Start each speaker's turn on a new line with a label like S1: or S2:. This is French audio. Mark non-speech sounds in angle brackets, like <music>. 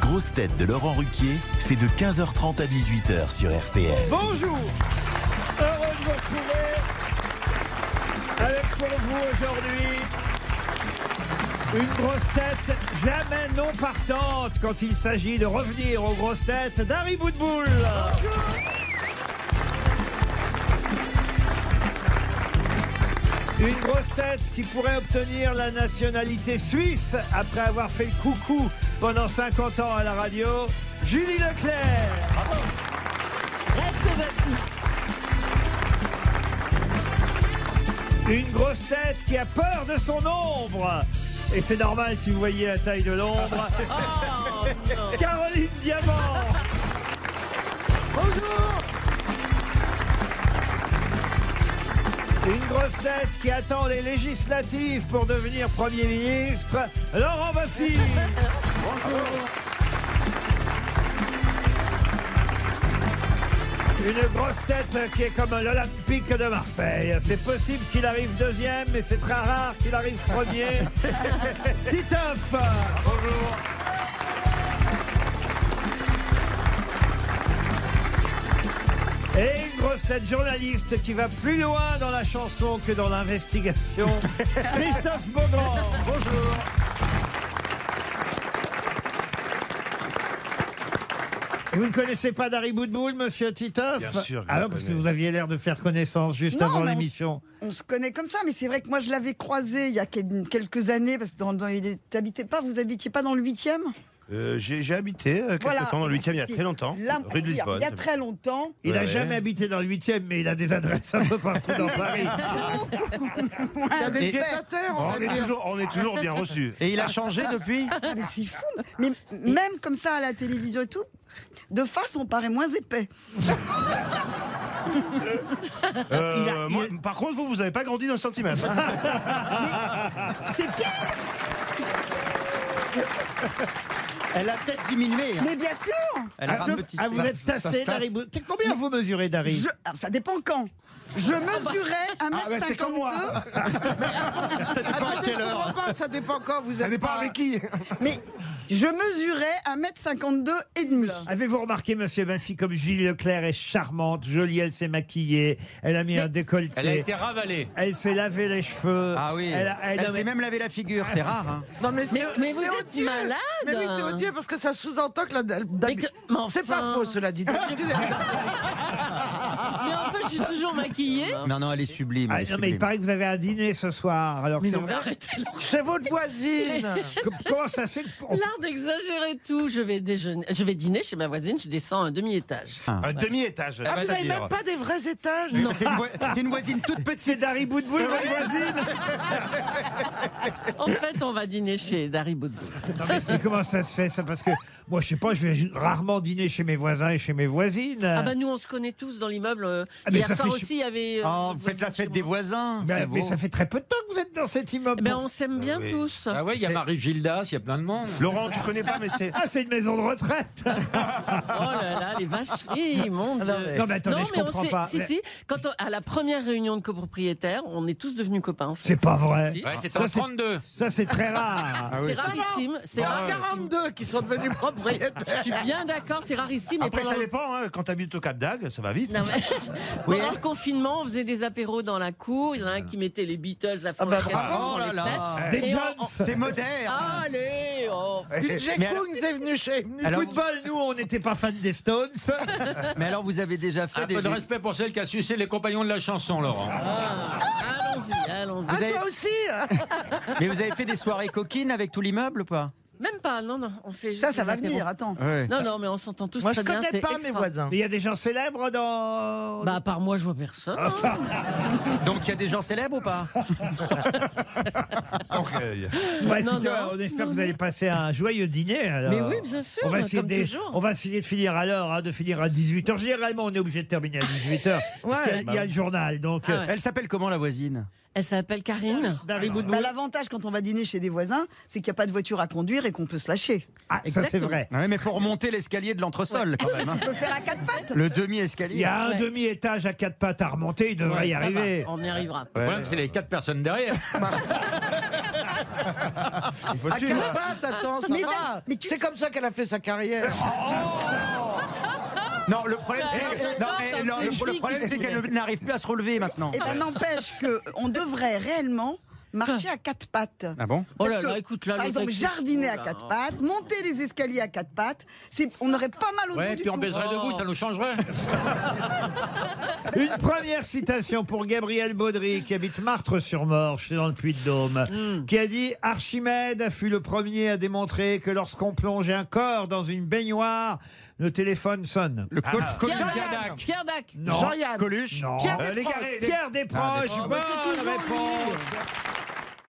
S1: grosses têtes de Laurent Ruquier, c'est de 15h30 à 18h sur RTL.
S2: Bonjour Heureux de vous retrouver avec pour vous aujourd'hui une grosse tête jamais non partante quand il s'agit de revenir aux grosses têtes d'Harry Boudboul. Une grosse tête qui pourrait obtenir la nationalité suisse après avoir fait le coucou pendant 50 ans à la radio, Julie Leclerc. Une grosse tête qui a peur de son ombre. Et c'est normal si vous voyez la taille de l'ombre. Caroline Diamant. Bonjour. Une grosse tête qui attend les législatives pour devenir Premier ministre, Laurent Baffy. Une grosse tête qui est comme l'Olympique de Marseille. C'est possible qu'il arrive deuxième, mais c'est très rare qu'il arrive premier. Titoff Bonjour Et une grosse tête journaliste qui va plus loin dans la chanson que dans
S3: <laughs>
S2: l'investigation, Christophe Beaugrand. Bonjour Vous ne connaissez pas Dari Boudboul, monsieur Titoff
S3: Bien sûr que je
S2: Ah
S3: le
S2: non, parce que
S3: connais.
S2: vous aviez l'air de faire connaissance juste
S4: Non,
S2: avant
S4: mais on-
S2: l'émission.
S4: On se connaît comme ça, mais c'est vrai que moi je l'avais croisé il y a quel- quelques années parce que dans, dans- il est- t'habitais pas, vous habitiez pas dans le 8e
S3: Euh, J'ai j'ai habité euh, quelque
S4: Voilà.
S3: temps dans le 8 il y a très longtemps,
S4: Là,
S3: rue de
S4: il y a-
S3: Lisbonne.
S4: Il y a très longtemps.
S2: Il n'a
S3: Ouais, ouais.
S2: jamais habité dans le 8e, mais il a des adresses un peu partout
S3: <laughs>
S2: dans Paris.
S4: Ouais,
S5: des
S4: mais-
S3: on, est toujours, on est toujours bien reçus.
S5: Et il a changé depuis
S4: Ah, mais c'est fou. Mais même comme ça à la télévision et tout, de face on paraît moins épais.
S3: Euh,
S2: Il a-
S3: moi, Par contre, vous, vous n'avez pas grandi d'un centimètre. hein.
S4: C'est pire,
S5: Elle a peut-être diminué. hein.
S4: mais bien sûr.
S5: Elle a
S2: Ah, je-
S5: rapeutissé.
S2: ah, vous êtes tassé, Dari Boudboul. Combien vous mesurez, Dari
S4: Je- ah, ça dépend quand. Je mesurais
S6: Ah, <laughs>
S4: 1m52.
S6: Attendez, je comprends pas, ça dépend quand vous êtes. pas- <laughs>
S3: qui
S4: mais je mesurais 1m52 et demi.
S2: Avez-vous remarqué, monsieur Baffy, comme Julie Leclerc est charmante, jolie, elle s'est maquillée, elle a mis un décolleté. Elle a été ravalée. Elle s'est lavé les cheveux.
S5: Ah oui.
S2: Elle, a- elle Ah,
S5: Elle
S2: a-
S5: s'est même lavé la figure, c'est rare. hein.
S6: Non, mais, c'est-
S7: Mais- mais vous
S6: c'est
S7: êtes
S6: odieux.
S7: malade.
S6: Mais oui, c'est odieux parce que ça sous-entend que la. la-
S7: Mais que- mais enfin.
S6: C'est pas faux, cela dit.
S7: <laughs>
S6: D'habitude,
S7: Mais en fait, je suis toujours maquillée.
S5: Non, non, elle est sublime.
S2: Ah,
S5: elle est
S2: non, mais il
S5: sublime.
S2: paraît que vous avez un dîner ce soir. Alors, c'est vrai.
S7: Arrêtez
S6: elle- Chez votre voisine.
S2: Com- comment ça se fait que- on-
S7: l'art d'exagérer tout. Je vais déjeuner, je vais dîner chez ma voisine. Je descends un demi-étage.
S3: Un demi-étage.
S6: Ah, vous avez
S3: c'est-à-dire.
S6: même pas des vrais étages.
S5: Mais C'est une, voi- c'est une voisine
S2: <laughs>
S5: toute
S2: C'est
S5: petite.
S2: Dari Boudboul, votre voisine
S7: En fait, on va dîner chez Dari Boudboul.
S2: Non, mais c'est- comment ça se fait, ça Parce que moi, je sais pas, je vais ju- rarement dîner chez mes voisins et chez mes voisines.
S7: Ah bah nous, on se connaît tous dans l'immeuble. euh,
S2: Ah, mais
S7: Hier
S2: ça
S7: soir
S2: fait
S7: aussi, il y avait. euh,
S5: Oh, vous
S7: votre
S5: faites la
S7: voisine
S5: fête
S7: chez
S5: des
S7: moi.
S5: voisins.
S2: mais,
S5: c'est
S2: mais
S5: beau.
S2: ça fait très peu de temps que vous êtes dans cet immeuble.
S7: Hein, Eh ben, on s'aime bien
S3: oui.
S7: tous.
S8: Ah ouais, il y a Marie-Gildas, il y a plein de monde.
S3: Laurent, tu connais pas, mais c'est.
S2: Ah, c'est une maison de retraite
S7: Oh là là, les vacheries, mon Dieu.
S2: Non, mais attendez,
S7: Non,
S2: je
S7: mais on
S2: comprends
S7: s'est-
S2: pas.
S7: Si, si, quand on- à la première réunion de copropriétaires, on est tous devenus copains. En fait.
S2: C'est pas vrai.
S7: Si. Ah
S8: Ouais, c'est
S2: Ça, c'est-
S8: 132.
S2: Ça, c'est très rare.
S7: C'est rarissime. C'est
S6: Il y en a
S7: rarissime.
S6: 42 qui sont
S5: <laughs>
S6: devenus propriétaires.
S7: Je suis bien d'accord, c'est rarissime. mais
S3: Après,
S7: pendant
S3: ça
S7: le-
S3: dépend. hein, Quand t'habites au Cap d'Agde, ça va vite.
S7: <laughs> Non, mais- Pendant le confinement, on faisait des apéros dans la cour. Il y en a un qui mettait les Beatles à fond.
S6: Ah bah
S7: la caisse
S6: bravo,
S7: dans
S5: Oh
S7: les
S5: là
S7: fenêtres.
S5: là.
S2: Des
S7: Et
S2: Jones
S7: on-
S5: C'est moderne.
S7: Allez oh.
S6: DJ
S5: Mais alors-
S6: Kung est venu chez nous.
S5: Alors-
S2: Football, nous, on n'était pas fans des Stones.
S5: Mais alors, vous avez déjà
S2: Ah,
S5: fait
S8: Un
S5: des.
S8: Ah, peu de respect pour celle qui a sucé les compagnons de la chanson, Laurent.
S7: Allons-y,
S6: Ah,
S7: allons-y.
S5: avez-
S6: toi aussi
S5: Mais vous avez fait des soirées coquines avec tout l'immeuble ou pas
S7: Même pas, non, non, on fait juste
S4: Ça, ça
S7: des
S4: va
S7: apéros.
S4: venir, attends.
S5: Ouais.
S7: Non, non, mais on s'entend tous
S6: Moi, je
S7: très bien.
S6: connais
S7: c'est
S6: pas mes
S7: extra.
S6: voisins.
S2: Mais Il y a des gens célèbres dans.
S7: Bah, à part moi, je vois personne.
S5: Donc, il y a des gens célèbres ou pas
S3: Ok.
S2: Ouais,
S7: non,
S2: Peter,
S7: non.
S2: on espère que vous allez passer un joyeux dîner. alors.
S7: Mais oui, bien sûr,
S2: On va essayer,
S7: comme
S2: de,
S7: toujours.
S2: on va essayer de finir à l'heure, hein, de finir à 18h. Généralement, on est obligé de terminer à 18h. parce qu'il y a- il y a le journal. Donc,
S7: Ah
S2: euh,
S7: ouais. Ah.
S5: Elle s'appelle comment la voisine
S7: Elle s'appelle Karine.
S2: Dari Boudboul-
S4: Bah, L'avantage quand on va dîner chez des voisins, c'est qu'il n'y a pas de voiture à conduire et qu'on peut se lâcher.
S2: Ah, ça, c'est
S7: exactement.
S2: vrai.
S5: Ouais, mais faut remonter l'escalier de l'entresol quand
S6: Ah.
S2: <laughs>
S5: même. hein.
S4: On peut faire à quatre pattes.
S5: Le
S2: Il y
S5: demi-escalier.
S2: a un
S7: Ouais.
S2: demi-étage à quatre pattes à remonter, il devrait
S7: Ouais,
S2: y
S7: ça va,
S2: arriver.
S7: On y arrivera.
S8: Le problème, c'est les quatre personnes derrière.
S3: Il faut
S6: À
S3: suivre.
S6: quatre pattes, attends, ça
S4: Ah, Mais
S6: va.
S4: mais tu
S6: C'est comme ça qu'elle a fait sa carrière.
S2: Oh
S5: Non, le problème, c'est
S7: Bah,
S5: Eh, non, mais
S7: attends,
S5: le-
S7: c'est
S5: le
S7: lui
S5: problème,
S7: qui
S5: c'est qu'elle
S7: voulait.
S5: n'arrive plus à se relever maintenant.
S4: Eh ben n'empêche que on devrait réellement marcher à quatre pattes.
S5: Ah bon
S7: Oh
S4: Parce
S7: là
S4: que,
S7: là, écoute, là,
S4: par
S7: le
S4: exemple,
S7: Brexit,
S4: jardiner
S7: oh
S4: à
S7: là.
S4: quatre pattes, monter les escaliers à quatre pattes, c'est, on aurait pas mal au dos
S8: Ouais,
S4: du
S8: puis on
S4: cou.
S8: baiserait debout, ça nous changerait.
S2: Une première citation pour Gabriel Baudry, qui habite Martre-sur-Morche, c'est dans le Puy-de-Dôme, qui a dit « Archimède fut le premier à démontrer que lorsqu'on plongeait un corps dans une baignoire, le téléphone sonne.
S5: Le co-
S3: Ah.
S5: coach-
S7: Pierre
S8: Pierre
S7: Dac.
S8: Dac.
S7: Pierre Dac.
S2: Non.
S6: Jean-Yann.
S5: Coluche
S2: Non.
S6: Pierre
S3: Euh, les
S6: Desproges.
S3: garés, les-
S2: Pierre Desproges,
S5: Ah,
S2: bonne
S7: Desproges. C'est toujours
S2: réponse